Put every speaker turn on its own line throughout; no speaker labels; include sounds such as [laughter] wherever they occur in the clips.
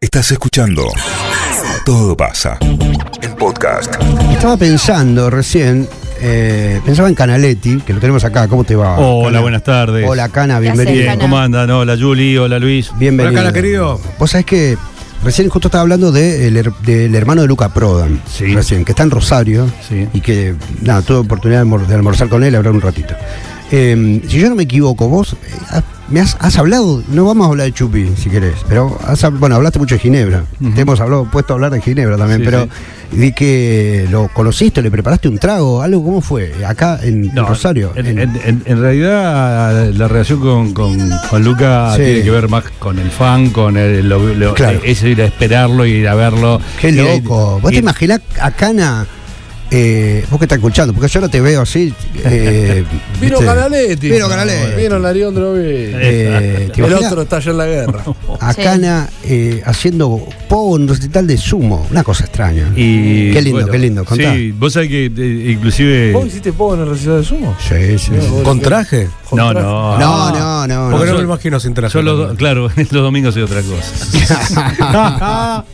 Estás escuchando Todo pasa. El podcast.
Estaba pensando recién, eh, pensaba en Canaletti, que lo tenemos acá. ¿Cómo te va?
Hola,
Ah, Cana?
buenas tardes.
Hola, Cana,
¿Qué haces,
bienvenido.
Bien,
Cana?
¿cómo andan? Hola, Juli, hola, Luis.
Bienvenido.
Hola, Cana, querido.
Vos sabés que recién justo estaba hablando de el her- del hermano de Luca Prodan.
Sí.
Recién, que está en Rosario.
Sí.
Y que, nada, tuve oportunidad de almor- de almorzar con él, hablar un ratito. Eh, si yo no me equivoco, vos eh, has- me has, has hablado, no vamos a hablar de Chupi, si querés, pero has hab- bueno, hablaste mucho de Ginebra.
Ujú.
Te hemos hablado, puesto a hablar de Ginebra también,
Sí,
pero vi que lo conociste, le preparaste un trago, algo, ¿cómo fue? Acá en, en
No,
Rosario.
En,
en-
en- en- en realidad, la relación con, con- con Luca
Sí.
tiene que ver más con el fan, con el, lo- lo-
Claro.
eso, ir a esperarlo, ir a verlo.
Qué
Ir a-
loco. ¿Vos te
ir-
imaginás a Cana? eh, vos que estás escuchando, porque yo ahora te veo
[laughs]
así. eh,
Vino
¿viste?
Canaletti. Ah,
Vino Canaletti.
Vino Larión Drobe.
Eh, ¿te
El
imaginás
otro está allá en la [laughs] guerra.
A
Sí.
Cana eh, haciendo pogo en un recital de sumo. Una cosa extraña.
y,
Qué lindo,
bueno,
qué lindo. Contá.
Sí, vos sabés que eh, inclusive.
¿Vos hiciste poco en el recital de Sumo?
Sí, sí.
Mira vos.
¿Con traje?
No,
Contra-
no.
No, no, no.
Porque
no.
no me lo imagino sin traje.
Yo los do- claro, [laughs] los domingos soy otra cosa.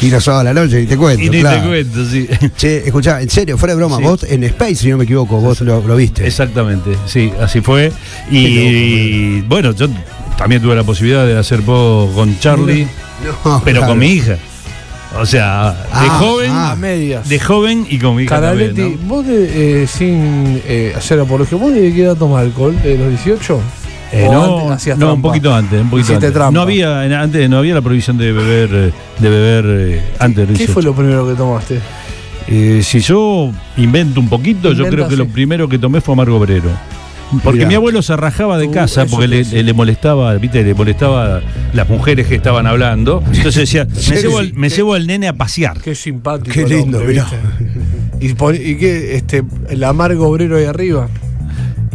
Y no sábado a la noche, y te cuento.
[laughs] y ni
claro.
te cuento, sí.
Che, escuchá, en serio, fuera de broma,
Sí.
vos en Space, si no me equivoco, vos lo, lo viste.
Exactamente, sí, así fue. Y, y bueno, yo también tuve la posibilidad de hacer poco con Charlie,
No,
pero
claro.
con mi hija. O sea, de
Ah,
joven,
ah.
A medias.
de joven y con mi hija. también,
Canaletti, vos de, eh, sin eh, hacer apología, ¿vos de qué edad tomás alcohol? ¿De los 18?
Eh,
¿O
no,
antes Ah, hacías
no, un
trampa?
poquito antes, un poquito
Hiciste
antes.
trampa.
No había en- antes, no había la prohibición de beber, eh, de beber eh, antes. de
¿Qué
18.
fue lo primero que tomaste?
Eh, si yo invento un poquito, yo
Inventa,
creo que
sí.
lo primero que tomé fue amargo obrero. Porque
Mirá.
mi abuelo se rajaba de
Uh,
casa
eso
porque le,
te-
le molestaba, viste, le molestaba las mujeres que estaban hablando. Entonces decía, me, llevo al, me llevo al nene a pasear.
Qué simpático.
Qué
el
lindo,
hombre,
mirá.
¿viste? ¿Y, pon- y qué? Este, el amargo obrero ahí arriba.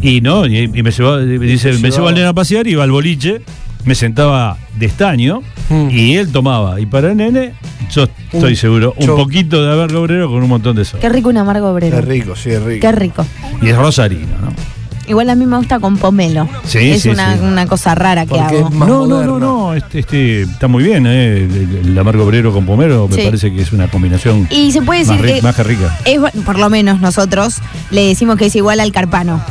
Y no, y, y me llevaba, y dice, me llevo
llevaba.
al nene a pasear, iba al boliche, me sentaba de estaño
Mm.
y él tomaba. Y para el nene, yo estoy
Un
seguro, un
cho-
poquito de amargo obrero con un montón de eso.
Qué rico un amargo obrero.
Qué rico, sí, es rico.
Qué rico.
Y es rosarino, ¿no?
Igual a mí me gusta con pomelo.
Sí,
es
sí,
una,
sí.
una cosa rara que
Porque
hago.
es más
no,
moderno.
no, no, no, este, este, está muy bien, eh, el, el- el amargo obrero con pomero, me
Sí.
parece que es una combinación
Y se puede decir
más, ri-
que
más que rica.
es bu- por lo menos nosotros le decimos que es igual al carpano.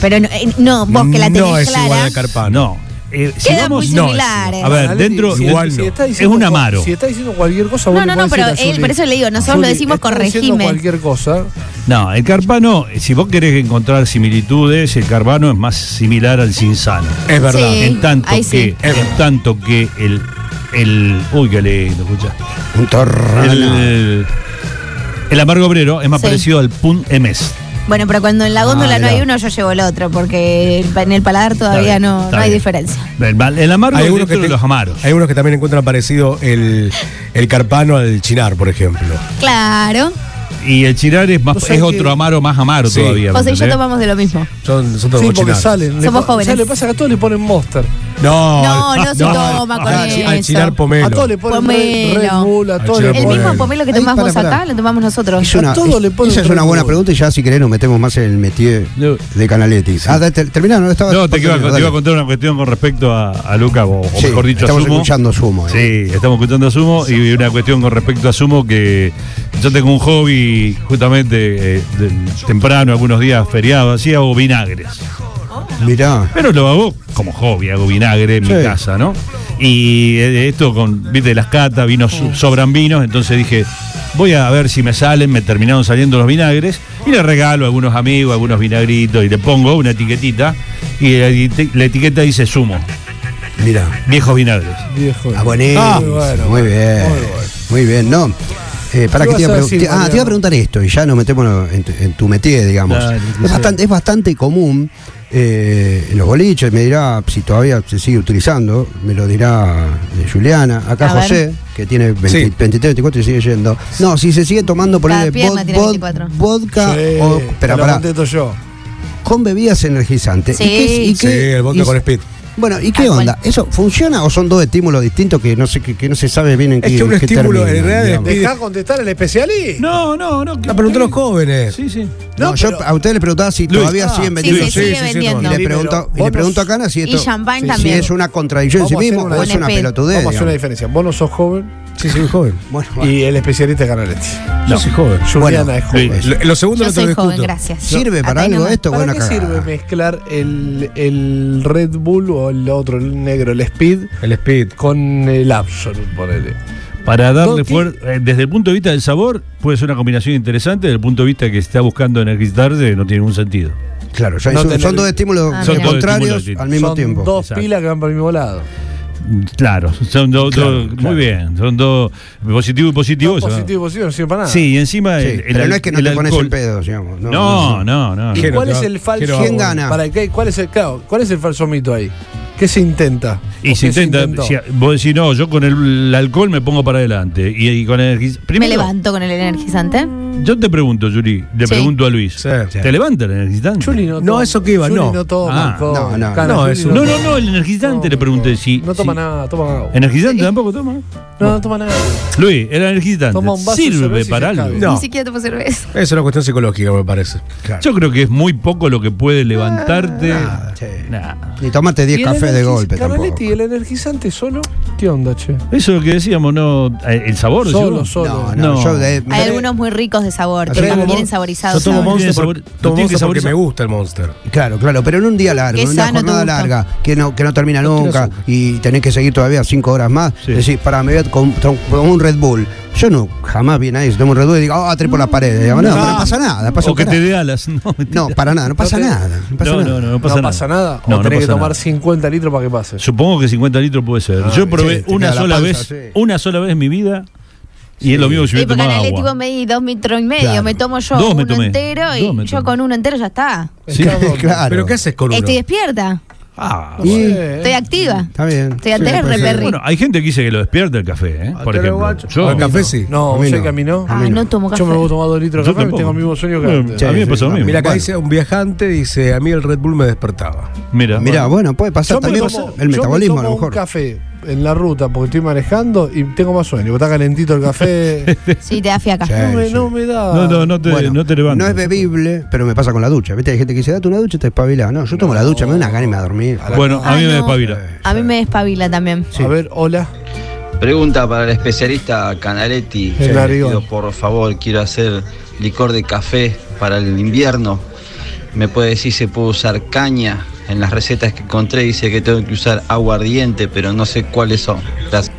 Pero no, eh, no, vos que la tenés
No es
clara.
igual a Carpano.
No, eh, si
Quedan
vamos,
muy ¿eh?
no.
similares.
A ver,
Canaletti,
dentro,
si-
igual
si
no.
está
es
diciendo
un
cual-
amaro.
Si está diciendo cualquier cosa, vos
No,
le
no, no,
podés
pero
decir a
él-
Juli.
por eso le digo, nosotros lo
Juli,
decimos
está diciendo
corregime.
cualquier cosa.
No, el carpano, si vos querés encontrar similitudes, el carpano es más similar al sinsano.
Es verdad.
Sí.
en tanto
ahí
que,
sí.
en tanto que el, el, uy, qué lindo, escucha.
Un torrano.
El, el amargo obrero es más
Sí.
parecido al pun emes.
Bueno, pero cuando en la góndola no
mirá.
hay uno, yo llevo el otro, porque el pa- en el paladar
Está
todavía
bien,
no,
está
no hay
bien.
diferencia.
El, el amargo
Hay
es
algunos, que
dentro
te-
de los amaros.
hay algunos que también encuentran parecido el, el carpano al chinar, por ejemplo.
Claro.
Y el chirar es, más,
O sea
es
que-
otro amaro más amaro
Sí.
todavía. ¿me
José y yo
entendés?
tomamos de lo mismo.
Son, son todos
Sí,
como
porque
chinar.
salen. le
Somos
po-
jóvenes.
¿sabes? Le pasa que a todos le ponen monster.
No,
No, no se toma con
al, chi- al
eso.
chinar pomelo.
A todos le ponen Red,
Pomelo.
Red Bull, a
Al
todos le
chinar
El mismo
Bueno.
ponen.
pomelo que
Ahí,
tomás
para,
vos
para.
acá, lo tomamos nosotros.
Es una-
A todo le
esa es una
ponen tres
buena
huevos.
pregunta y ya si querés nos metemos más en el métier
No.
de Canaletti. Ah, da- te- terminá, no estaba.
No, te iba, a- te iba a contar una cuestión con respecto a, a Luca, o, o mejor dicho, a
estamos
Sumo.
escuchando sumo. eh.
Sí, estamos escuchando a Sumo y una cuestión con respecto a Sumo que yo tengo un hobby justamente eh, de- temprano, algunos días feriados, así hago vinagres.
Mirá.
Pero lo hago como hobby, hago vinagre en mi
Sí.
casa, ¿no? Y eh, esto con, viste, las catas, vinos, sobran vinos, entonces dije, voy a ver si me salen, me terminaron saliendo los vinagres, y le regalo a algunos amigos, algunos vinagritos, y le pongo una etiquetita, y la, eti- la etiqueta dice sumo,
Mirá.
viejos vinagres.
Viejo.
Ah, buenísimo.
Ah, bueno,
muy bien.
muy bueno.
Muy bien, no. Eh, para
¿Qué
que te
vas
iba a
a
pregun-
decir,
te- ah, te iba a
Mariano?
preguntar esto, y ya nos metemos en tu, en tu métier, digamos.
Dale, sí.
es, bastante, es bastante común eh, en los boliches, me dirá si todavía se sigue utilizando, me lo dirá eh, Juliana, acá
A ver.
José, que tiene 20
Sí.
23, 24 y sigue yendo. No, si se sigue tomando por
Cada pierna tiene 24.
vodka
Sí,
o.
te
Espera,
lo
Ah, oh, pará,
contesto yo.
con bebidas energizantes.
Sí.
¿Y qué, es- y
Sí,
qué-
el vodka
y-
con speed.
Bueno, ¿y
Tal
qué
cual.
onda? ¿Eso funciona o son dos estímulos distintos que no se, que, que no se sabe bien en qué
Es que un
qué
estímulo en
terminan,
realidad
digamos?
despide-
Dejá contestar al especialista.
No, no, no.
La preguntó a los jóvenes.
Sí, sí.
No,
No,
yo
pero-
a ustedes les preguntaba si
Luis,
todavía
ah,
siguen
Sí,
vendiendo.
se sigue
sí, sí,
vendiendo.
no,
Y le
Primero,
pregunto, y
vos
le
no-
pregunto a Cana si
Y
esto
champán
si-
también.
si es una contradicción en sí
Vamos a hacer
mismo
una
o es una
diferencia.
pelotudez.
Vamos a hacer una
digamos.
diferencia. Vos no sos joven
Sí, soy joven.
Bueno,
y el especialista es Canaletti.
Yo soy joven.
Juliana
Bueno,
es joven.
Luis.
Lo, lo segundo
Yo
no te
soy
lo
joven,
discuto.
gracias.
¿Sirve para
Hasta ahí
algo
nomás.
esto?
¿Para ¿eh?
Buena
qué sirve
cagada.
mezclar el, el Red Bull o el otro, el negro, el Speed,
El speed.
con el Absolute, ponele?
Para darle
Don, ¿qué-
fuerza. Desde el punto de vista del sabor, puede ser una combinación interesante. Desde el punto de vista que se está buscando energizarse, no tiene ningún sentido.
Claro, ya
No
son,
tener-
son dos estímulos
Ah,
son
mira.
contrarios
Son dos
al mismo
Son
tiempo.
dos
Exacto.
pilas que van para el mismo lado.
Mm, Claro, son dos.
Claro,
dos-
claro.
Muy bien, son dos. Positivo y positivo.
Dos
se va.
positivo, y positivo, no sirve para nada.
Sí, y encima.
Sí,
el- el
pero
al-
no es que no
el
te pones en
alcohol-
pedo, digamos. No,
No, no, no.
¿Y
Quiero-
cuál es
quiero-
el falso?
quiero-
¿Quién gana?
Para que- ¿cuál, es el, claro, ¿Cuál es el falso mito ahí? ¿Qué se intenta? ¿O
Y se
qué
intenta,
intentó?
si a- vos decís, no, yo con el, el alcohol me pongo para adelante. Y, y con el energiz-
Me
Primero,
levanto con el energizante.
Yo te pregunto, Yuri, le
Sí.
pregunto a Luis.
Sí, sí.
¿Te levanta el energizante?
Juli no,
No,
toma.
eso que iba,
Juli
no.
no toma
Ah,
alcohol.
no, no,
Cara,
no,
Juli
es un-
No,
toma.
no, no, el energizante
No,
le pregunté si.
No toma
si-
nada, toma agua.
¿Energizante tampoco toma?
No, no toma nada.
Luis, el energizante
Toma un vaso de
sirve
cerveza y
para
se
algo.
cabe.
No.
Ni siquiera tomo cerveza.
Es una cuestión psicológica, me parece.
Yo creo que es muy poco lo que puede levantarte.
sí.
Nada.
Ni tomate
¿Y
10
el
cafés de
energiz-
golpe
Canaletti,
tampoco.
el energizante solo? ¿Qué onda, che?
Eso es lo que decíamos, ¿no? Eh, El sabor,
Solo,
decimos.
solo.
No, no,
No.
yo de- me-
Hay algunos muy ricos de sabor, que
Yo
van
tomo-
bien saborizados.
Yo tomo
sabor.
Monster,
Tiene
por-
sabor-
tomo
tiene
Monster porque
sabor-
me gusta el Monster.
Claro, claro, pero en un día largo,
Qué
en una
sano,
jornada
te gusta.
larga, que no, que no termina
No quiero
nunca
azúcar.
y tenés que seguir todavía cinco horas más,
Sí.
decís, para, me voy a com- to- con un Red Bull. Yo no, jamás vi a nadie, se toma un Red Bull y digo, ah, tres por las paredes. Digo, no,
No.
pero no pasa nada, pasa
O
un
que te
carajo.
dé alas. [laughs] No, mentira.
No, para nada, no pasa nada. No, pasa
no,
nada.
no, no, no pasa
no
nada.
pasa nada.
No,
o
no
tenés que
pasa
tomar
nada.
50 litros para que pase.
Supongo que 50 litros puede ser.
Ah,
Yo probé
sí, te
una
queda la
sola
panza,
vez,
sí.
una sola vez en mi vida, y es lo mismo que si
Y
hubiera
porque
tomado
analético
agua.
me di dos metros y medio,
Claro.
me tomo yo
Dos me
uno
tomé.
entero
Dos me
y yo
tomé.
con uno entero ya está.
Sí. [laughs]
Está roto.
Claro.
Pero ¿qué haces con uno?
Estoy despierta,
Ah,
Y-
Eh,
estoy activa.
Está bien.
Estoy al tele,
puede ser.
reperri.
Bueno, hay gente que dice que lo despierta el café, ¿eh? Por
Te lo
ejemplo.
guacho.
Yo,
¿Al café sí?
No,
A mí
yo
no.
caminó.
A
Ah,
mí no.
no tomo café.
Yo me puedo tomar dos litros de
Yo
café y
tampoco.
tengo el mismo sueño que
Bueno,
antes.
sí,
a mí me pasó lo
sí.
mismo.
Mira, acá
Bueno.
dice un viajante, dice, a mí el Red Bull me despertaba.
Mira,
Mirá, bueno, puede pasar
Yo me
también
tomo-
el
yo
metabolismo
me
a
tomo
lo
un
mejor.
café en la ruta porque estoy manejando y tengo más sueño. porque Está calentito el café.
Sí, te da fiaca.
Sí.
no, me, no me da.
No, no, no te,
Bueno,
no te levantes.
No es bebible, pero me pasa con la ducha. Viste, hay gente que dice, date una ducha y te espabila. No, yo tomo la ducha, me da una gana y me voy a dormir.
Bueno, a
Ah,
mí me
no.
despabila.
A mí me despabila también.
A ver, hola.
Pregunta para el especialista Canaletti.
El
Le
narigón.
pido, por favor, quiero hacer licor de café para el invierno. Me puede decir si puede usar caña. En las recetas que encontré dice que tengo que usar aguardiente, pero no sé cuáles son. Gracias.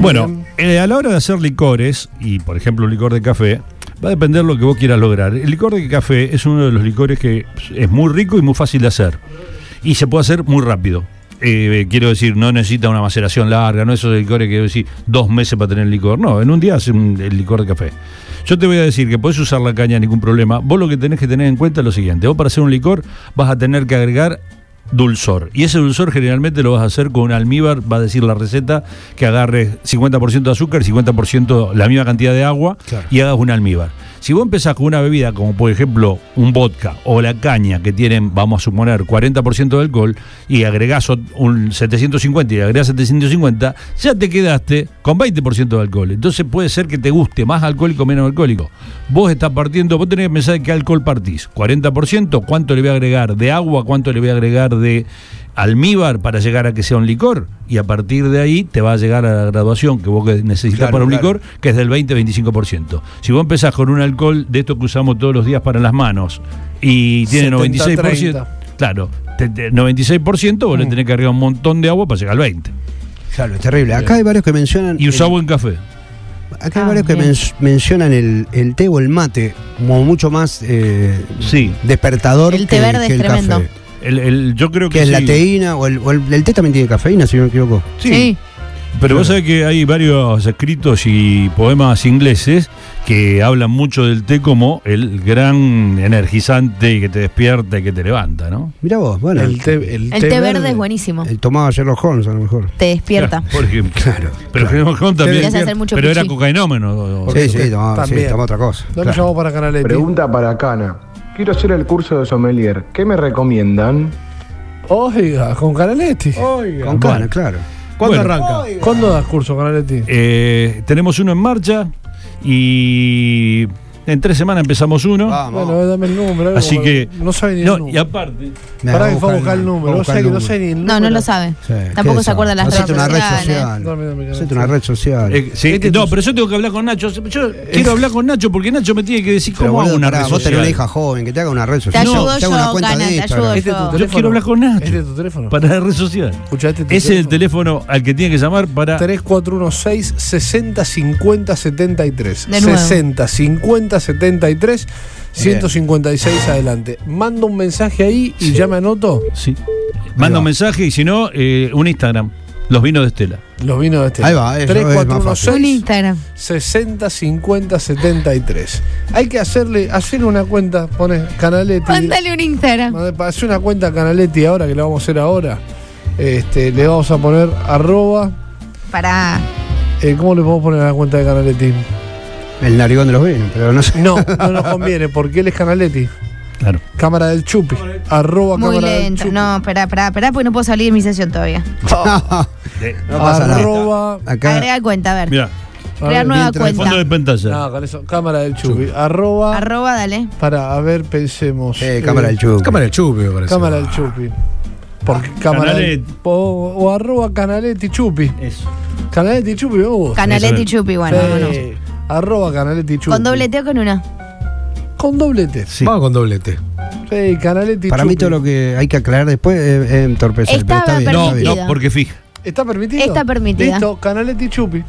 Bueno, eh, a la hora de hacer licores, y por ejemplo un licor de café, va a depender lo que vos quieras lograr. El licor de café es uno de los licores que es muy rico y muy fácil de hacer. Y se puede hacer muy rápido. Eh, quiero decir, no necesita una maceración larga, no esos licores que decir dos meses para tener el licor. No, en un día hace un- el licor de café. Yo te voy a decir que podés usar la caña, ningún problema. Vos lo que tenés que tener en cuenta es lo siguiente: vos para hacer un licor vas a tener que agregar dulzor. Y ese dulzor generalmente lo vas a hacer con un almíbar, va a decir la receta, que agarres 50% de azúcar, 50% la misma cantidad de agua
Claro.
y hagas un almíbar. Si vos empezás con una bebida como por ejemplo un vodka o la caña que tienen, vamos a suponer, 40% de alcohol y agregás ot- un 750 y agregás 750, ya te quedaste con 20% de alcohol. Entonces puede ser que te guste más alcohólico o menos alcohólico. Vos estás partiendo, vos tenés que pensar qué alcohol partís. 40%, ¿cuánto le voy a agregar de agua? ¿Cuánto le voy a agregar de almíbar para llegar a que sea un licor? Y a partir de ahí te va a llegar a la graduación que vos que necesitas
Claro,
para un
claro.
licor que es del 20-25%. Si vos empezás con un alcohol de estos que usamos todos los días para las manos y tiene
70,
96%, claro, te- te- 96% vos
Mm.
le tenés que agregar un montón de agua para llegar al 20%.
Claro, es terrible. Acá hay varios que mencionan.
Y usá
el-
buen café.
Acá hay
Ah,
varios que
bien.
men- mencionan el, el té o el mate como mucho más eh,
Sí.
despertador
El té
que-
verde
que
es
el
tremendo.
café.
El, el- yo creo que,
Que es la
sí.
teína o el, o el- el té también tiene cafeína, si no me equivoco.
Sí. Pero vos sabés que hay varios escritos y poemas ingleses que hablan mucho del té como el gran energizante y que te despierta y que te levanta, ¿no?
Mira vos, bueno.
El té, el
El té verde es buenísimo.
El tomaba Sherlock Holmes, a lo mejor.
Te despierta.
Por ejemplo.
Claro,
Pero Sherlock Holmes
Te
también.
hace hacer mucho
Pero era
pichí.
cocainómeno.
Sí, sí, tomaba, sí,
También.
tomaba otra cosa.
¿Dónde
claro.
llamamos para Canaletti?
Pregunta para Cana. Quiero hacer el curso de sommelier. ¿Qué me recomiendan?
Oiga, con Canaletti.
Oiga.
Con cana, claro.
¿Cuándo
Bueno.
arranca?
¿Cuándo das curso, Canaletti?
Eh, tenemos uno en marcha y en tres semanas empezamos uno.
Vamos.
Bueno, eh, dame el número. algo,
Así
porque
que-
No sabe ni el
No, y
número.
aparte,
Me
Pará que
hago
fue a buscar el número.
voy a
O
buscar
sea
el
que no
número.
sé ni el número.
No, no lo sabe.
Sí,
Tampoco
¿qué
se acuerda
son?
las
Hacete
redes
una red
sociales.
social.
Dame, dame, Canaletti.
Hacete una red social.
eh, sí,
Este
no,
tus-
pero yo tengo que hablar con Nacho. Yo quiero hablar con Nacho porque Nacho me tiene que decir
Pero
cómo hago
boludo,
una
pará,
red
vos tenés una
social.
hija joven que te haga una red social.
Te ayudo
te hago
yo,
una cuenta
Cana,
de
te
Instagram.
ayudo
Este es tu
Yo
teléfono.
quiero hablar con Nacho.
Este es tu teléfono.
Para la red social.
Escuchaste tu
Ese es el teléfono al que tiene que llamar para
3416 60 50 73.
De nuevo.
60 50 73 156 adelante. Manda un mensaje ahí y ya me anoto.
Sí. Manda un mensaje y si no, eh, un Instagram. Los vinos de Estela.
Los vinos de este.
Ahí va, eso es más fácil.
Un
3416
Instagram.
60 50 73. Hay que hacerle, hacerle una cuenta, pones Canaletti.
Mándale un Instagram.
Mandé- Hacer una cuenta a Canaletti ahora, que la vamos a hacer ahora. Este, le vamos a poner arroba.
Para.
eh, ¿Cómo le podemos poner a la cuenta de Canaletti?
El narigón de los vinos, pero no sé.
No, no nos conviene porque él es Canaletti.
Claro.
Cámara del Chupi. Arroba
Muy
Cámara del
lento.
Chupi.
No, espera, espera, espera, porque pues no puedo salir de mi sesión todavía.
No pasa nada.
arroba.
Acá.
Agrega cuenta, a ver.
Mirá,
Crear nueva
mientras el
fondo
cuenta.
de pantalla.
No, con eso. Cámara del Chupi. Arroba.
Arroba, dale.
para, a ver, pensemos.
Eh, cámara del Ah, chup.
Cámara del chupe, me parece.
Cámara del Chupi. Porque cámara del-
Canalet.
o, o arroba Canaletti Chupi.
Eso.
Canaletti Chupi, me gusta.
Canaletti Chupi, bueno,
Sí.
vámonos.
Arroba Canaletti Chupi.
Con doble T o con una.
Con doble T.
Sí.
Vamos con doblete.
Sí, Canaletti
Para mí
Chupi.
todo lo que hay que aclarar después es es entorpecer.
Estaba
pero está bien,
No,
está bien.
permitido.
no, porque fija.
¿Está permitido?
Está permitida.
Listo, Canaletti Chupi.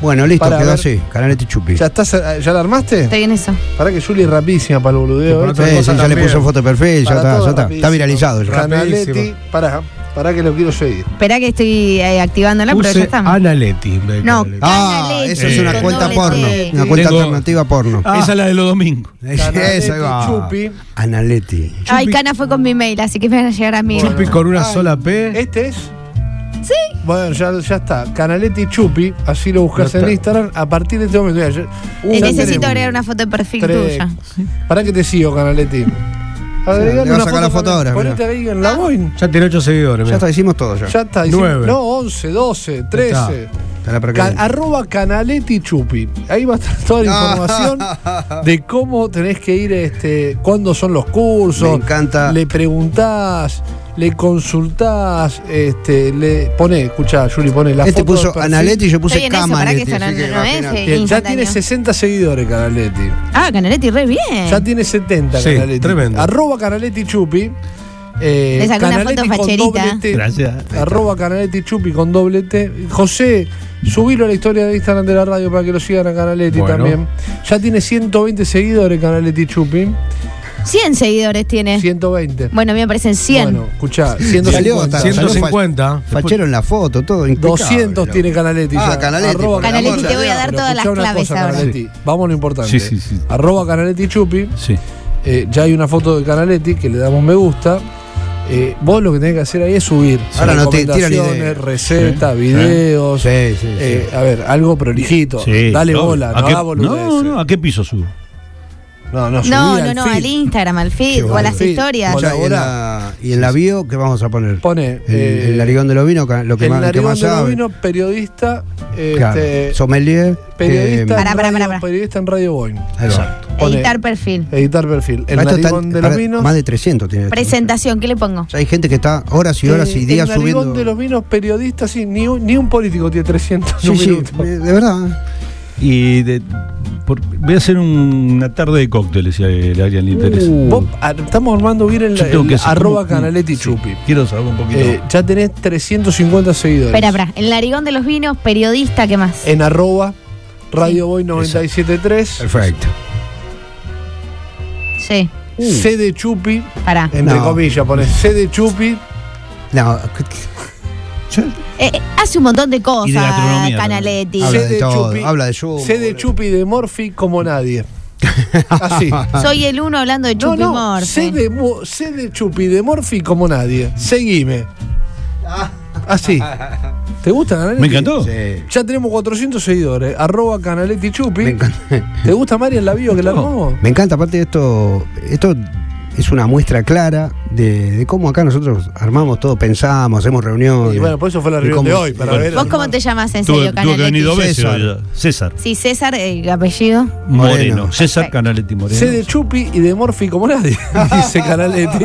Bueno, listo,
Para
quedó
ver.
así. este Canalete Chupi.
¿Ya, estás, eh, ¿Ya la armaste?
Estoy en eso.
Pará que Juli es rapidísima para el boludeo. ¿eh?
Sí, sí, ya le puso foto de perfil, ya
Para
está,
todo
ya está.
rapidísimo.
Está viralizado ya.
Canaletti,
Rapidísimo.
pará, pará que lo quiero seguir.
Espera que estoy eh, activándola, pero ya
Puse
estamos.
Analetti. en vez de
No,
Canaletti.
Ah,
Canaletti
esa es
Eh.
una
con
cuenta
doble
porno.
T.
Una cuenta
Tengo-
alternativa porno. [laughs]
Ah.
Esa es la de los domingos.
Canaletti,
Esa, ahí va.
Chupi.
Analetti.
Ay, Cana fue con mi mail, así que me van a llegar a mí.
Chupi con una
Ay.
sola P.
¿Este es? Sí. Bueno, ya, ya está. Canaletti Chupi, así lo buscas
No
en
está.
Instagram. A partir de este momento. mira, ya-
Eh,
ya
necesito
tenemos
agregar una foto de perfil
tres.
tuya.
Pará que te sigo, Canaletti. Agregale
le va a sacar la foto
Canaletti.
ahora,
Ponete ahí en la
Este
boina.
Ya tiene 8 seguidores.
Ya
mirá.
está, hicimos todo ya.
Ya está. hicimos-
Nueve.
No, 11, 12, 13.
Para para que-
Ca- arroba Canaletti Chupi. Ahí va a estar
[laughs]
toda la información de cómo tenés que ir, este, cuándo son los cursos.
Me encanta.
Le preguntás, le consultás, este, le pone, escuchá, Juli, pone la
Este
foto. del
puso
perfil.
Analetti y yo
Estoy
puse
en eso, pará que
Camaletti.
eso no,
así que
no es.
imagínate.
eh,
Bien, ya tiene
instantáneo.
60 seguidores Canaletti.
Ah, Canaletti, re bien.
Ya tiene 70
Sí,
Canaletti.
tremendo.
Arroba Canaletti Chupi. Eh,
Le sacó una foto
Canaletti con
facherita.
doble T.
Gracias.
Arroba Canaletti Chupi con doble T. José, subilo a la historia de Instagram de la radio para que lo sigan a Canaletti
Bueno.
también. Ya tiene 120 seguidores Canaletti Chupi.
100 seguidores tiene.
120.
Bueno, a mí me parecen 100.
Bueno, escuchá,
Salió
150.
hasta-
Cien-
salió
150.
fa- Fachero en la foto, todo. impecable,
200
loco.
tiene Canaletti.
Ah,
ya.
Canaletti,
Arroba
por el amor
Canaletti, te
de
voy a
Dios.
dar
Pero
todas las
escuchá una
claves
cosa,
ahora.
Canaletti. Vamos a lo importante.
Sí, sí, sí.
Arroba Canaletti Chupi.
Sí.
Eh, ya hay una foto de Canaletti que le damos me gusta. Eh, vos lo que tenés que hacer ahí es subir.
Ahora no te- tira la idea.
recomendaciones, recetas,
Sí,
videos.
Sí, sí, sí.
Eh, a ver, algo prolijito.
Sí,
Dale
obvio.
bola,
¿A
no
qué-
haga boludeces.
No, no, ¿a qué piso subo?
no, no, subí
No, no,
al
no,
feed.
al Instagram, al feed o a
bueno.
las
Feed.
historias.
Hola.
Ya, y, en la, y en la bio, ¿qué vamos a poner?
Pone
el,
eh,
el narigón de los vinos, ca- lo que
el
más, que
narigón
más
de los
sabe.
vinos, periodista,
Claro.
este,
Sommelier.
periodista,
eh,
en
Pará, pará,
radio-
pará, pará.
periodista en Radio Boeing.
ahí va.
Pone-
Editar perfil.
Editar perfil. El
Esto está
narigón
en-
de
para-
los vinos.
Más de 300 tiene. esto.
Presentación, ¿qué le pongo?
Ya hay gente que está horas y horas
Eh,
y días
el narigón
subiendo.
de los vinos, periodista, sí, ni un, ni un político tiene 300
sí, sí,
minutos.
eh, de verdad.
Y de- por- voy a hacer un- una tarde de cócteles si a alguien le interesa.
Uh. Vos, a- estamos armando bien el,
Uh. Yo tengo
el
que hacer
arroba
como-
Canaletti
sí,
Chupi.
Quiero saber un poquito.
Eh, ya tenés 350 seguidores.
Espera, espera. El narigón de los vinos, periodista, ¿qué más?
En arroba Radio Boy 973,
Perfecto.
Sí,
C de Chupi,
pará.
entre
No.
comillas, pones C de Chupi. [laughs]
No,
Eh, eh, hace un montón de cosas,
Y de gastronomía
Canaletti.
habla
sé
de
de
todo,
Chupi.
habla de Jumbo.
C de Chupi de Morphy como nadie. Así.
Soy el uno hablando de
No,
Chupi
no,
Morphy.
C de, mo- C de Chupi de Morphy como nadie. Seguime. Así. ¿Te gusta Canaletti?
Me encantó.
Sí.
Ya tenemos 400 seguidores. Arroba Canaletti Chupi.
Me encanta.
¿Te gusta Marian la bio que la armamos?
Me encanta, aparte de esto, esto es una muestra clara de, de cómo acá nosotros armamos todo, pensamos, hacemos reuniones.
Y bueno, pues- por eso fue la
de
reunión de
cómo-
hoy, para
Bueno.
ver.
¿Vos cómo te llamas en
Tuve,
serio,
tuve que venir dos
Canaletti?
veces.
César.
hoy, ¿eh? César.
Sí, César, eh, apellido.
Moreno.
Moreno.
César
Perfecto.
Canaletti Moreno.
Sé de Chupi y de Morphy como nadie, dice Canaletti.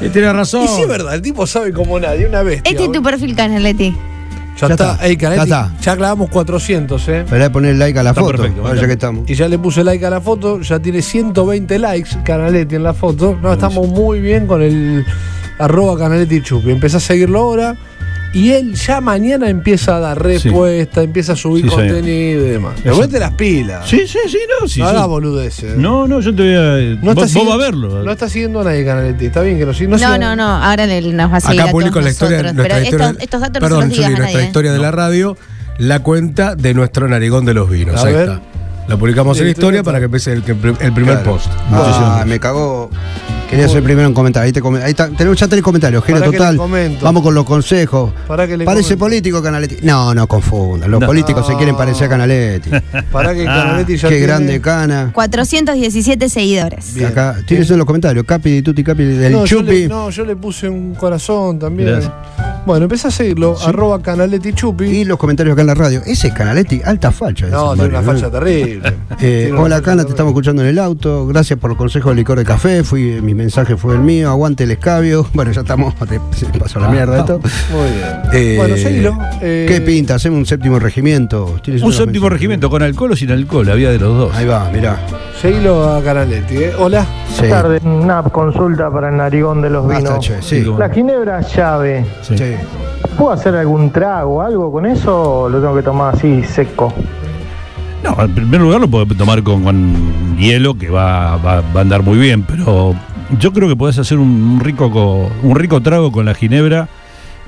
Y tiene razón.
Y sí es verdad, el tipo sabe como nadie, una bestia.
Este es tu perfil, Canaletti.
Ya,
Ya
está,
está,
Ey, Canaletti,
ya está.
ya clavamos 400, ¿eh?
Para poner like a la
Está
foto,
perfecto,
ahora ya que estamos.
Y ya le puse like a la foto, ya tiene 120 likes Canaletti en la foto. No, estamos muy bien con el arroba Canaletti Chupi. Empezá a seguirlo ahora y él ya mañana empieza a dar respuesta, empieza a subir
Sí, señor.
contenido y demás. Pero ponete las pilas.
Sí, sí, sí, no. Sí,
no
yo-
hagas boludeces.
no, no, yo te voy a. vos, vos
No estás
vas a
siguiendo-
verlo. eh.
No está siguiendo a nadie Canaletti. Está bien que no siga.
No,
siga-
no, no. Ahora le- nos va a seguir
Acá
a
publico
todos
la historia,
nosotros.
nuestra
Pero
historia-
estos, estos datos
perdón,
no se los
Juli,
digas a
nuestra
nadie. ¿eh?
historia de la radio, la cuenta de nuestro narigón de los vinos.
A
Ahí
ver.
está. La publicamos en
Sí,
la historia
estoy
para que empiece el, que- el primer
Claro.
post.
Ah, me cagó. Quería ser primero en comentario. Ahí, te come- ahí está, tenemos ya tres comentarios. Gero
Pará que
total.
le comento.
Vamos con los consejos.
Pará que le
Parece
comento.
político Canaletti. No, no confundan. Los
No.
políticos se quieren parecer a
[laughs]
Canaletti.
Para
Ah,
que Canaletti ya
Qué
tiene-
grande cana.
417 seguidores.
Bien.
Acá, tienes en los comentarios, Capi, Tuti, Capi, del
No, yo
Chupi.
le, no, yo le puse un corazón también.
Gracias.
Bueno, empecé a seguirlo, arroba Canaletti Chupi.
Y los comentarios acá en la radio. Ese es Canaletti, alta facha. dicen
No, tiene una
varios,
facha
¿no?
terrible.
[laughs] Eh,
Tiene una
hola Cana, te
facha terrible.
estamos escuchando en el auto. Gracias por los consejos de licor de café. Fui, mi mensaje fue el mío. Aguante el escabio. [laughs] Bueno, ya estamos. Te, se pasó la mierda esto.
Muy bien.
Eh,
bueno, seguilo. eh,
¿Qué pinta? Hacemos un séptimo regimiento. Tienes
Un
una
séptimo
mención.
regimiento, con alcohol o sin alcohol, había de los dos.
Ahí va, mirá.
Seguilo a Canaletti. eh. Hola.
Sí.
tarde, una consulta para el narigón de los
Basta,
vinos.
che, sí.
La ginebra llave,
Sí.
Sí.
¿puedo hacer algún trago, algo con eso o lo tengo que tomar así seco?
No, en primer lugar lo podés tomar con, con hielo, que va, va- va a andar muy bien, pero yo creo que podés hacer un, un rico, co- un rico trago con la ginebra,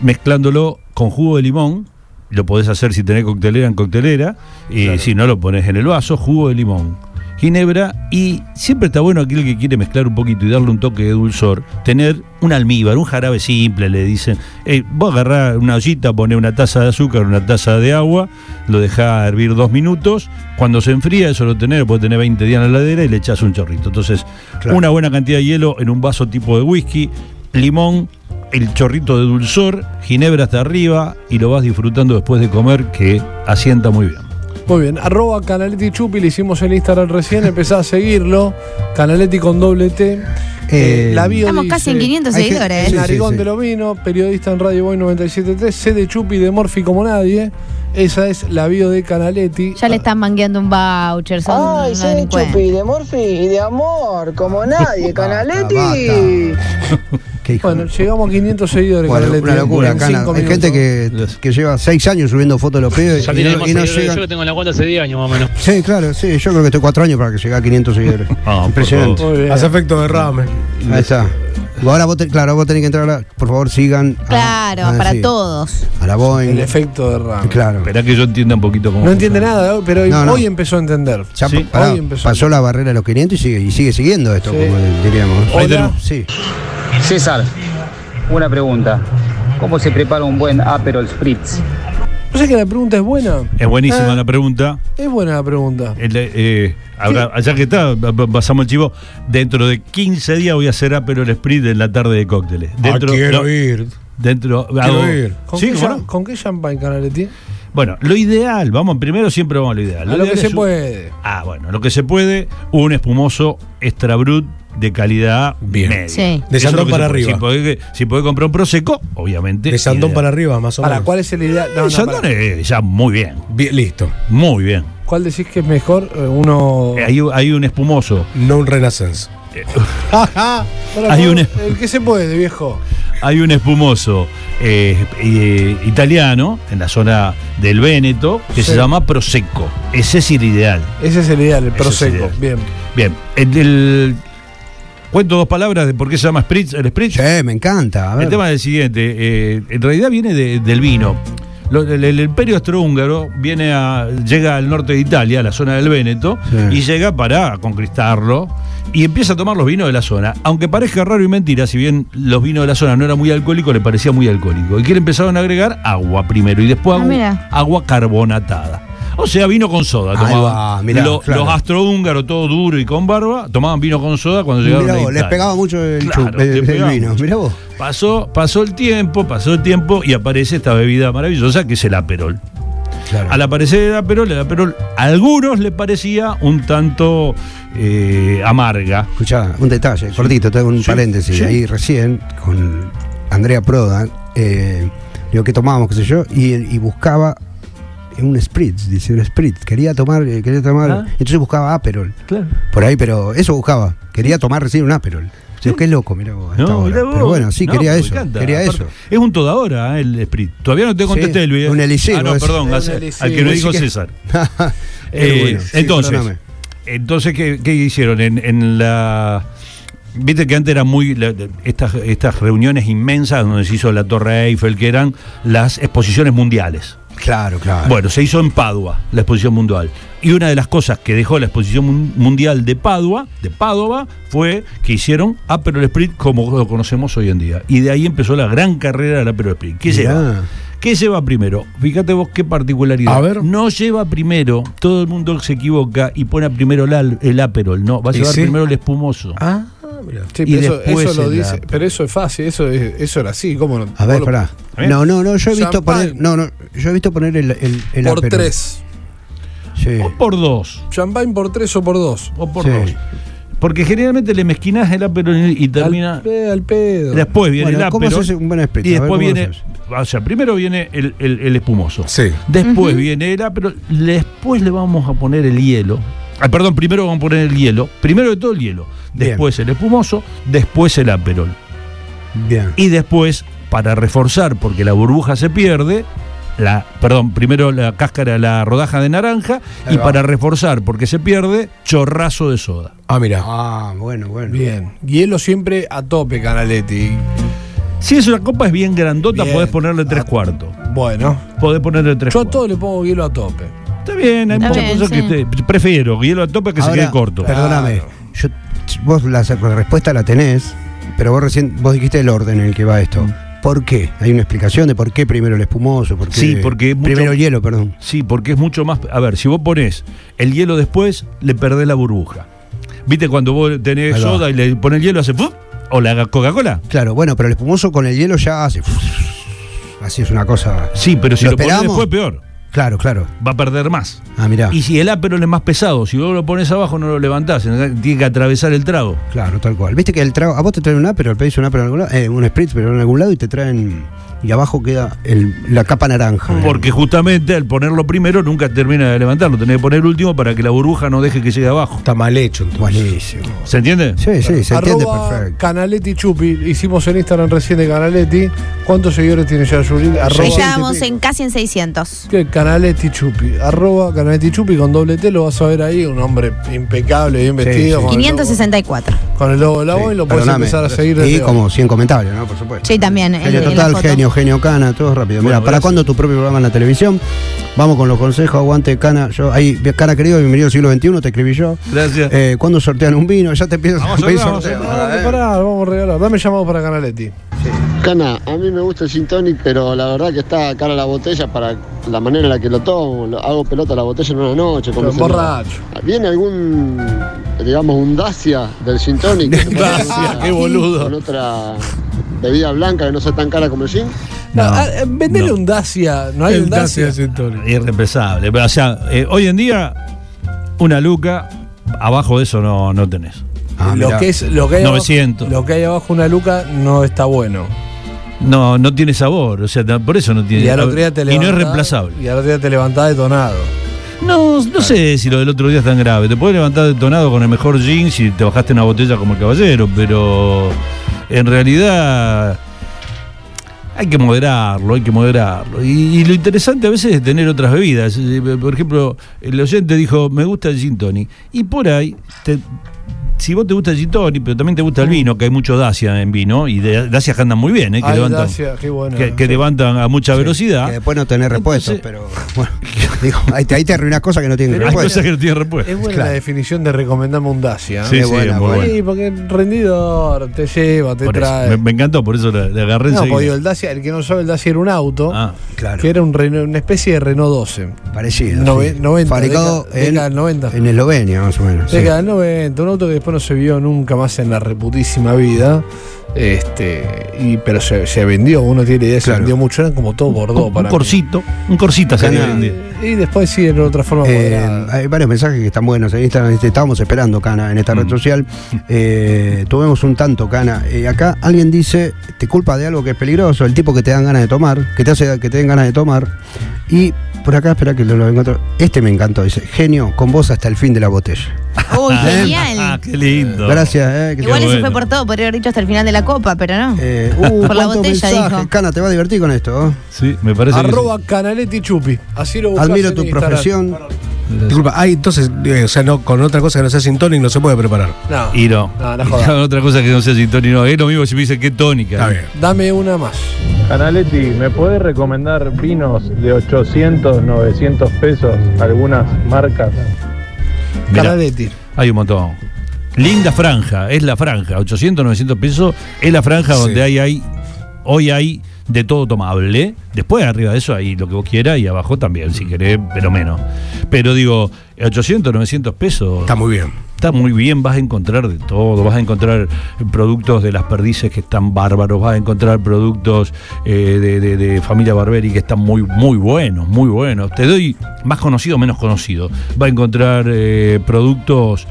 mezclándolo con jugo de limón. Lo podés hacer si tenés coctelera en coctelera, y si no lo pones en el vaso, jugo de limón, ginebra, y siempre está bueno aquel que quiere mezclar un poquito y darle un toque de dulzor, tener un almíbar, un jarabe simple, le dicen. Eh, vos agarrás una ollita, ponés una taza de azúcar, una taza de agua, lo dejás hervir dos minutos. Cuando se enfría, eso lo tenés, lo podés tener 20 días en la heladera y le echás un chorrito. Entonces,
Claro.
una buena cantidad de hielo en un vaso tipo de whisky, limón, el chorrito de dulzor, ginebra hasta arriba y lo vas disfrutando después de comer que asienta muy bien.
Muy bien. Arroba Canaletti Chupi, le hicimos el Instagram recién, empezá a seguirlo. Canaletti con doble T. Eh,
Eh,
la bio
Estamos
dice,
casi en 500
hay que-
seguidores. ¿eh?
El
Sí,
narigón
sí.
de los vinos, periodista en Radio Boy 973, C de Chupi de Morphy como nadie. Esa es la bio de Canaletti.
Ya le están mangueando un voucher. Son
Ay,
unos
soy de
delincuentes.
Chupi, de Morphy y de amor, como nadie, Canaletti.
basta. [laughs] Qué hijo
Bueno,
de-
llegamos a 500 seguidores.
Bueno,
Canaletti,
una locura,
en
Cana.
cinco
Hay gente
minutos.
que, que lleva seis años subiendo fotos de los pibes
Ya
y
tiene
no,
más
y no
seguidores que yo
llegan.
que tengo en la cuenta hace 10 años más o menos.
Sí, claro, sí, yo creo que estoy cuatro años para que llegue a 500 seguidores.
[laughs] Ah, por
Impresionante.
Muy bien.
Hace efecto derrame.
Ahí está. Ahora vos, ten- claro, vos tenés que entrar ahora. Por favor, sigan. a-
Claro,
a-
para
Ah, sí,
todos.
A la
El
Boeing.
efecto de RAM.
Claro.
Esperá que yo entienda un poquito cómo.
No entiende
funciona.
nada, pero hoy,
No, no.
hoy empezó a entender.
Ya
Sí.
pa- pará,
Hoy empezó.
pasó la barrera de los 500 y sigue, y sigue siguiendo esto,
Sí.
como diríamos.
Ahí Hola. tenemos.
Sí.
César, una pregunta. ¿Cómo se prepara un buen Aperol Spritz?
¿No sé que la pregunta es buena?
Es buenísima
Ah.
la pregunta.
Es buena la pregunta.
El, eh, habrá- allá que está, b- b- pasamos el chivo. Dentro de 15 días voy a hacer Aperol Spritz en la tarde de cócteles. Dentro,
Ah, quiero
no,
ir.
Dentro, hago-
ir.
¿Con,
Sí,
qué,
¿cómo
champ-
no?
¿Con qué champagne, Canaletti?
Bueno, lo ideal, vamos, primero siempre vamos a lo ideal.
A lo que
ideal
se
es un-
puede.
Ah, bueno, lo que se puede, un espumoso extra brut de calidad
Bien.
media.
Sí.
De
Eso es
Sandón
lo que se
para
puede.
arriba.
Si podés, si podés comprar un Prosecco, obviamente.
De Sandón
ideal.
para arriba, más o menos.
Para, ¿cuál es el ideal? No,
El
no,
Sandón
pará.
es ya muy bien,
Bien, listo.
muy bien.
¿Cuál decís que es mejor? Eh, Uno.
Hay, hay un espumoso. [laughs]
No un renaissance.
Ahora,
hay
¿cómo-
un-
El que se puede, viejo.
Hay un espumoso eh, eh, italiano en la zona del Véneto que
Sí.
se llama Prosecco. Ese es el ideal.
Ese es el ideal, el
Ese es el
proseco.
ideal.
Bien.
Bien, el- el- cuento dos palabras de por qué se llama Spritz. El Spritz
Che, me encanta. A ver.
El tema es el siguiente, eh, en realidad viene de- del vino. Lo- el, el imperio austrohúngaro viene a, llega al norte de Italia, a la zona del Véneto,
Sí.
y llega para conquistarlo y empieza a tomar los vinos de la zona. Aunque parezca raro y mentira, si bien los vinos de la zona no eran muy alcohólicos, le parecía muy alcohólico. ¿Y que le empezaron a agregar? Agua primero y después
Ah,
agu-
mira.
agua carbonatada. O sea, vino con soda.
Ahí
tomaban.
va, mirá,
Lo-
claro.
Los astrohúngaros, todo duro y con barba, tomaban vino con soda cuando llegaron
Mirá
a
vos, les
Italia.
pegaba mucho el,
Claro,
chup- el-
te
el
pegaba
vino.
mucho.
Mirá vos.
Pasó, pasó el tiempo, pasó el tiempo y aparece esta bebida maravillosa que es el aperol.
Claro.
Al aparecer el aperol, el aperol a algunos le parecía un tanto eh, amarga.
Escuchá, un detalle, cortito, tengo un
Sí,
paréntesis.
sí.
Ahí recién, con Andrea Proda, eh, digo, ¿qué tomábamos, qué sé yo? Y, y buscaba un spritz, dice, un spritz. Quería tomar, eh, quería tomar.
Ah.
Entonces buscaba Aperol.
Claro.
Por ahí, pero eso buscaba. Quería tomar recién un Aperol. Digo, qué loco, mirá vos. a esta hora.
mirá vos.
Pero bueno, sí,
No,
quería
me
eso.
encanta.
Quería
Aparte,
eso. [laughs]
Es un todadora el Sprit. Todavía no te
Sí,
contesté el video.
un Eliseo,
Ah, no,
es-
perdón,
es
al,
un
al
Eliseo.
que lo
Así
dijo
que-
César.
Pero
Eh,
bueno, sí,
entonces,
perdóname.
entonces ¿qué, qué hicieron? En, en la. Viste que antes eran muy. la- la- estas, estas reuniones inmensas donde se hizo la Torre Eiffel, que eran las exposiciones mundiales.
Claro, claro.
Bueno, se hizo en Padua la exposición mundial. Y una de las cosas que dejó la exposición mun- mundial de Padua, de Padua, fue que hicieron Aperol Sprit como lo conocemos hoy en día. Y de ahí empezó la gran carrera del Aperol Sprit. ¿Qué
Mirá.
lleva? ¿Qué lleva primero? Fíjate vos qué particularidad.
A ver.
No lleva primero, todo el mundo se equivoca y pone primero el, al- el Aperol, no, va a
¿Y
llevar
sí?
primero el espumoso.
Ah, mira.
Sí,
Y
pero eso,
después
eso lo
en la-
dice. Pero eso es fácil, eso, es- eso era así. ¿cómo no?
A ver,
Vos lo-
pará.
¿Está bien?
No, no, no, yo he visto
Champagne.
poner. No, no, yo he visto poner el, el, el
Por
Aperol.
tres.
Sí.
O por dos,
Champagne por tres o por dos.
o por
Sí.
dos. Porque generalmente le mezquinas el Aperol y termina...
Al, pe- al pedo.
Después viene
Bueno,
el
¿cómo
ápero
se hace un buen split?
Y
A ver,
después
¿cómo lo
viene. O sea, primero viene el, el- el espumoso.
Sí.
Después viene el ápero. Después le vamos a poner el hielo. Ah, perdón, primero vamos a poner el hielo. Primero de todo el hielo.
Bien.
Después el espumoso. Después el aperol.
Bien.
Y después, para reforzar, porque la burbuja se pierde. La, perdón, primero la cáscara, la rodaja de naranja.
Ahí
y
va.
para reforzar, porque se pierde, chorrazo de soda.
Ah, mira.
Ah, bueno, bueno.
Bien. Hielo siempre a tope, Canaletti.
Si es una copa, es bien grandota,
Bien.
podés ponerle tres
Ah.
cuartos.
Bueno.
Podés ponerle tres
Yo a
cuartos.
todo le pongo hielo a tope.
Está bien, hay
Está
muchas
bien,
cosas
sí.
que te- prefiero hielo a tope que se
Ahora, eh.
quede corto.
Perdóname.
Claro.
Yo, vos la, la respuesta la tenés, pero vos recién vos dijiste el orden en el que va esto.
Mm.
¿Por qué? Hay una explicación de por qué primero el espumoso, por qué
Sí, porque es mucho-
primero el hielo, perdón.
Sí, porque es mucho más. A ver, si vos pones el hielo después, le perdés la burbuja. ¿Viste cuando vos tenés
Ahí va.
soda y le pones hielo, hace. ¡fuf! O la Coca-Cola.
Claro, bueno, pero el espumoso con el hielo ya hace. Así es una cosa.
Sí, pero si
¿Lo
lo, pones
esperamos?
después, peor.
Claro, claro.
Va a perder más.
Ah, mirá.
Y si el ápero es más pesado, si vos lo pones abajo, no lo levantás. Tiene que atravesar el trago.
Claro, tal cual. Viste que el trago. A vos te traen un pero pedís un pero en algún lado, eh, un spritz, pero en algún lado y te traen. Y abajo queda el- la capa naranja.
Porque justamente al ponerlo primero, nunca termina de levantarlo. Tenés que poner el último para que la burbuja no deje que llegue abajo.
Está mal hecho, entonces.
Buenísimo.
¿Se entiende?
Sí, sí, se entiende
Arroba
perfecto.
Canaletti Chupi. Hicimos en Instagram recién de Canaletti. ¿Cuántos seguidores tiene ya Yuri?
Ahí
Arroba-
estábamos en casi en 600.
Que Canaletti Chupi, arroba Canaletti Chupi con doble T, lo vas a ver ahí, un hombre impecable, bien
Sí,
vestido.
sí.
Con, el
564.
logo, con el logo de la voz y lo puedes
Perdóname.
empezar a seguir
Y
desde hoy.
como 100 comentarios, ¿no? Por supuesto.
Sí, también. en-
Genio
en la
total,
foto.
genio, genio cana, todo rápido. Mira,
Bueno,
¿para
gracias.
cuándo tu propio programa en la televisión? Vamos con los consejos, aguante cana. Yo, ahí, cara querido, bienvenido al siglo XXI, te escribí yo.
Gracias.
Eh, ¿Cuándo sortean un vino? Ya te empiezas
Vamos a
pedir
sortear, vamos a
sorteo.
Ah,
Ah, eh.
pará, vamos a regalar. Dame llamado para Canaletti.
Cana, a mí me gusta el gin tonic, pero la verdad que está cara la botella para la manera en la que lo tomo. Lo- hago pelota a la botella en una noche. con
Pero
mis
borracho.
amigos. ¿Viene algún, digamos, un Dacia del gin tonic? que se pueda
Dacia,
tomar
qué boludo.
Con otra bebida blanca que no sea tan cara como el gin.
No,
Ah, eh, vendele
no.
un Dacia, no hay
El
un Dacia.
Dacia Centurion.
Irrepresable. Pero, o sea, eh, hoy en día, una luca, abajo de eso no, no tenés.
Ah,
lo,
mirá.
que es, lo, que hay
900.
Abajo, lo que hay abajo una luca no está bueno.
No, no tiene sabor. O sea, no- por eso no tiene.
Y al otro día te
y no es
levantás-
reemplazable.
Y al otro día te levantás detonado.
No, no sé si lo del otro día es tan grave. Te puedes levantar detonado con el mejor jean si te bajaste una botella como el caballero, pero en realidad. Hay que moderarlo, hay que moderarlo. Y, y lo interesante a veces es tener otras bebidas. Eh, Por ejemplo, el oyente dijo, me gusta el gin tonic. Y por ahí te si vos te gusta el gin tonic, pero también te gusta el vino, que hay mucho Dacia en vino, y de- Dacia que andan muy bien, ¿eh? que,
Ay,
levantan,
Dacia, qué bueno.
que, que levantan a mucha velocidad.
Que después no tenés repuestos, pero bueno, digo, ahí te, ahí te arruinás cosas que no tienen
Pero hay
repuesto.
cosas que no tienen repuesto.
Es buena
Claro.
la definición de recomendarme un Dacia. ¿eh?
Sí, sí, es muy buena.
Sí, porque el rendidor te lleva, te
Por eso.
trae.
Me, me encantó, por eso la, la agarré
No,
enseguida.
porque el Dacia, el que no sabe, el Dacia era un auto
Ah,
Claro,
que era un Renault- una especie de Renault 12.
parecido.
Nove-
sí.
90,
Fabricado
década- década del 90.
en, en Eslovenia, más o menos. sí.
Década del 90, un auto que después no se vio nunca más en la reputísima vida. Este, y, pero se, se vendió, uno tiene idea,
Claro.
se vendió mucho, eran como todo bordó
Un, un
para. mí.
corsito, un corsita se
Gana-
vende.
Y después sí, de otra forma.
Eh,
cuadrada.
hay varios mensajes que están buenos. En Instagram este, estábamos esperando, Cana, en esta red social. Eh, tuvimos un tanto, Cana. Eh, acá alguien dice, te culpa de algo que es peligroso, el tipo que te dan ganas de tomar, que te hace que te den ganas de tomar. Y por acá, espera que lo, lo encuentro. Este me encantó, dice, genio, con vos hasta el fin de la botella. [laughs]
Uy,
Ah, Ah,
genial.
qué lindo.
Gracias, eh, que-
Igual
qué
ese
bueno.
fue por todo, podría haber dicho hasta el final de la copa, pero no.
Eh,
[laughs]
uh,
Por la
cuántos
botella,
mensajes.
dijo.
Cana, te va a divertir con esto. ¿eh?
Sí, me parece que
Arroba Canaletti Chupi. Así lo buscas
Admiro
en
tu
Instagram.
profesión.
Disculpa, ah, entonces, eh, o sea, no, con otra cosa que no sea sin tonic no se puede preparar.
No.
Y no.
No, no
[laughs]
jodas.
Otra cosa que no sea sin tónico. Es lo mismo si me dicen qué tónica.
Está bien.
Dame una más.
Canaletti, ¿me puedes recomendar vinos de 800, 900 pesos? Algunas marcas.
Mirá,
Canaletti.
hay un montón. Linda franja, es la franja. 800, 900 pesos es la franja
Sí.
donde hay, hay, hoy hay de todo tomable. Después arriba de eso hay lo que vos quieras y abajo también,
Mm.
si querés, pero menos. Pero digo, 800, 900 pesos.
Está muy bien.
Está muy bien, vas a encontrar de todo, vas a encontrar productos de las perdices que están bárbaros, vas a encontrar productos eh, de, de- de familia Barberi que están muy, muy buenos, muy buenos. Te doy más conocido, menos conocido. Va a encontrar eh, productos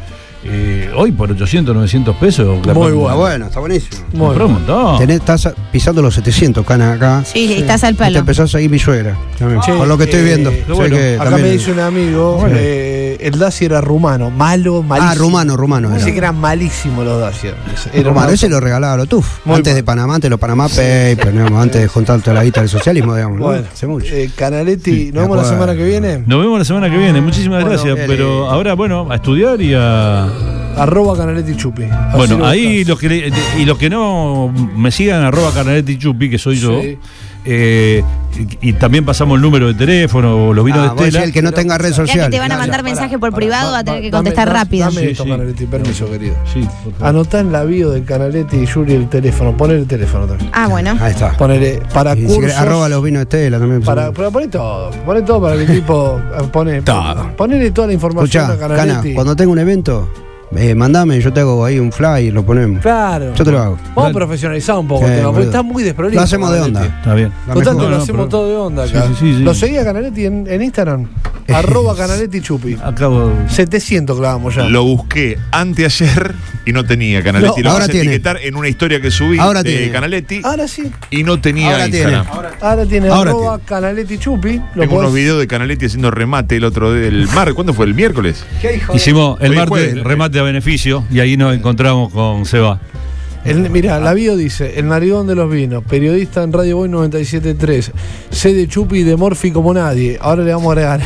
eh, hoy por 800, 900 pesos.
Muy
Compró-
Está
bueno.
Ah, bueno, está buenísimo.
Muy
compró un montón.
Tenés- estás pisando los 700, Cana, acá.
Sí, estás
Y
al
te
palo.
Este empezó a seguir mi suegra. también,
Che,
por lo que estoy
eh,
viendo.
qué
Sé
bueno.
que
Acá
también-
me dice un amigo, eh, el Dacia era rumano, malo, malísimo.
Ah, rumano, rumano.
Dice
Era.
que eran malísimos los Dacia. Era
Rumano,
una-
ese lo regalaba lo TUF.
Muy
antes
bueno.
de Panamá, antes de los Panamá Papers, digamos, antes de juntar toda la guita del socialismo, digamos. ¿no?
Bueno,
Hace mucho.
eh,
de
Canaletti, ¿nos vemos la
acuerdo.
semana que viene?
Nos vemos la semana que viene, muchísimas
Bueno,
gracias.
bien.
Pero ahora, bueno, a estudiar y a.
Arroba Canaletti Chupi. Así
Bueno,
lo
ahí
buscas.
los que, le- de- y los que no me sigan, arroba Canaletti Chupi, que soy yo.
Sí.
eh, y, y también pasamos el número de teléfono, los vinos
Ah, vos
de
decís
Estela.
el que no tenga red
Ya que
social.
te van a mandar
Pará,
mensaje por
pará,
privado,
va-
va a tener
va-
que
dame-
contestar
dame-
rápido.
Dame
Sí,
esto,
sí.
Canaletti, permiso, querido.
Sí, por favor.
Anotá en la bio de Canaletti y Yuri el teléfono. Poner el teléfono también.
Ah, bueno.
Ahí está.
Ponele para
Y si querés,
cursos.
arroba los vinos de Estela también.
Para, pero poné todo, poné todo para que el tipo eh, pone,
Todo.
ponele toda la información
Escuchá,
a
Cana,
Canaletti.
cuando tengo un evento, eh, mandame, yo te hago ahí un fly y lo ponemos.
Claro.
Yo te lo hago.
Vamos a profesionalizar un poco
Sí,
el tema, porque
boludo.
está muy desprolijo.
Lo hacemos de
Canaletti.
onda.
Está bien.
La
Por tanto,
mejor.
lo
No, no,
hacemos
pero-
todo de onda
Sí,
acá.
sí, sí, sí.
Lo seguía Canaletti en, en Instagram. arroba Canaletti Chupi.
Acabo.
700 clavamos ya.
Lo busqué anteayer y no tenía Canaletti.
No,
lo
ahora
quise
tiene.
etiquetar en una historia que subí
Ahora
de
tiene.
Canaletti
Ah, Ahora sí.
y no tenía
Ahora tiene.
Instagram.
Ahora tiene
Ahora
arroba Canaletti Chupi. Lo
Tengo unos
podés-
videos de Canaletti haciendo remate el otro día, el mar. ¿Cuándo fue? ¿El miércoles?
Hicimos el
Hoy
martes
jueves.
remate a beneficio y ahí nos encontramos con Seba.
El- mirá, la bio dice, el narigón de los vinos, periodista en Radio Boy 97.3, sé de Chupi y de Morfi como nadie. Ahora le vamos a agregar.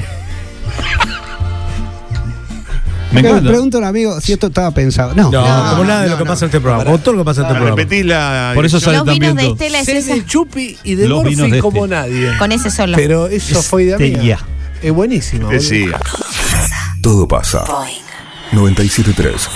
Me
Le
encanta.
pregunto a un amigo si esto estaba pensado. No,
No, como nada de lo que pasa en este programa. Como todo lo que pasa en este programa.
Repetís la.
Por eso
dirección.
sale
Los
también
vinos de
todo.
Estela es
sé
esa.
de Chupi y de
Los vinos
Morfi
de
como
este.
nadie.
Con ese solo.
Pero eso fue idea mía.
Estella.
Es buenísimo. boludo.
Decía.
Todo pasa. 973.